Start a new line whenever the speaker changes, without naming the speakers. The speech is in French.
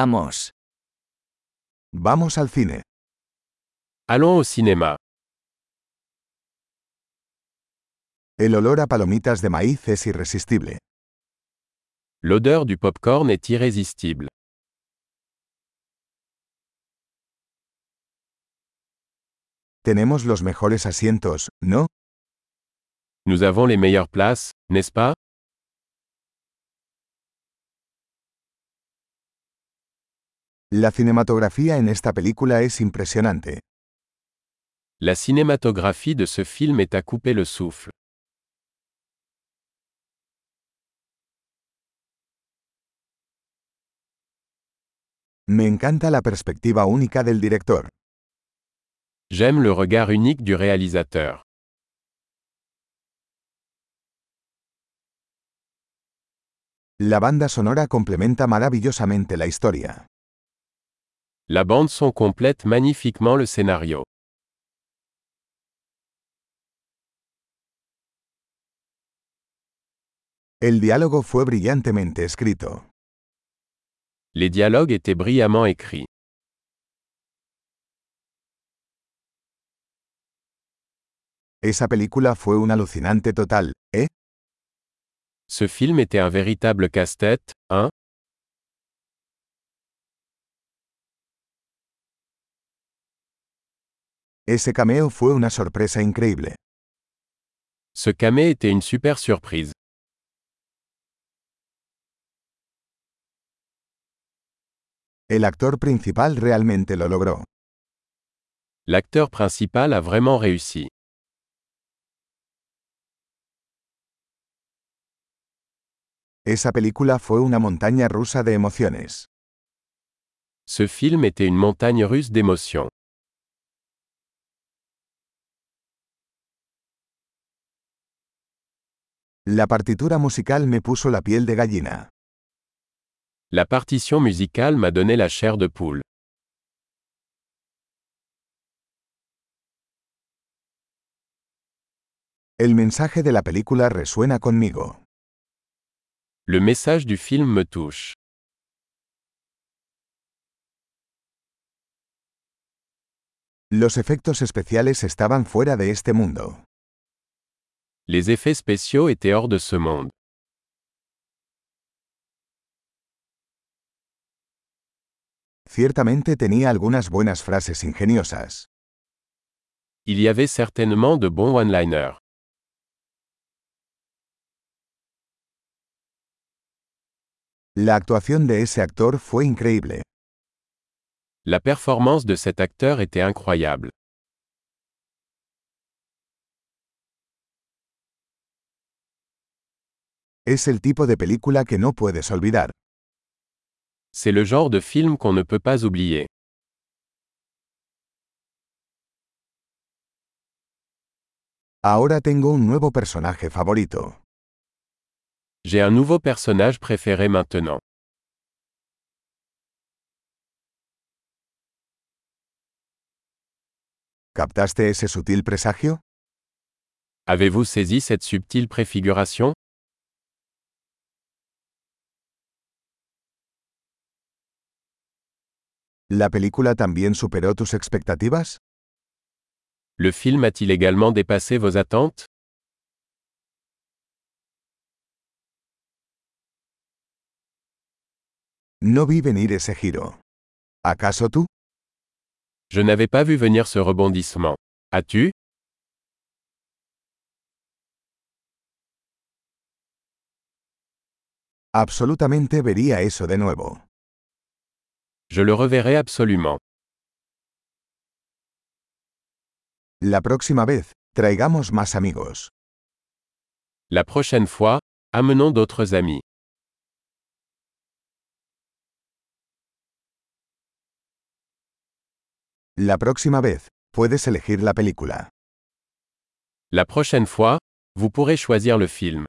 Vamos.
Vamos al cine.
Allons au cinéma.
El olor a palomitas de maíz es irresistible.
L'odeur du pop-corn est irrésistible.
Tenemos los mejores asientos, ¿no?
Nous avons les meilleures places, n'est-ce pas
La cinematografía en esta película es impresionante.
La cinématographie de ce film est à couper le souffle.
Me encanta la perspectiva única del director.
J'aime le regard unique du réalisateur.
La banda sonora complementa maravillosamente la historia.
La bande son complète magnifiquement le scénario.
El diálogo fue brillantemente escrito.
Les dialogues étaient brillamment écrits.
Esa película fue un alucinante total, ¿eh?
Ce film était un véritable casse-tête, hein
Ese cameo fue una sorpresa increíble.
Ce camé était une super surprise.
El actor principal realmente lo logró.
L'acteur principal a vraiment réussi.
Esa película fue una montaña rusa de emociones.
Ce film était une montagne russe d'émotions.
La partitura musical me puso la piel de gallina.
La partition musicale m'a donné la chair de poule.
El mensaje de la película resuena conmigo.
Le message du film me touche.
Los efectos especiales estaban fuera de este mundo.
Les effets spéciaux étaient hors de ce monde.
Ciertamente tenía algunas buenas frases ingeniosas.
Il y avait certainement de bons one-liners.
La actuación de ese actor fue increíble.
La performance de cet acteur était incroyable.
Es el tipo de película que no puedes olvidar.
C'est le genre de film qu'on ne peut pas oublier.
Ahora tengo un nuevo personaje favorito.
J'ai un nouveau personnage préféré maintenant.
¿Captaste ese sutil presagio?
Avez-vous saisi cette subtile préfiguration
¿La película también superó tus expectativas?
Le film a-t-il également dépassé vos attentes
No vi venir ese giro. ¿Acaso tú?
Je n'avais pas vu venir ce rebondissement. As-tu
Absolutamente vería eso de nuevo.
Je le reverrai absolument.
La próxima vez, traigamos más amigos.
La prochaine fois, amenons d'autres amis.
La próxima vez, puedes elegir la película.
La prochaine fois, vous pourrez choisir le film.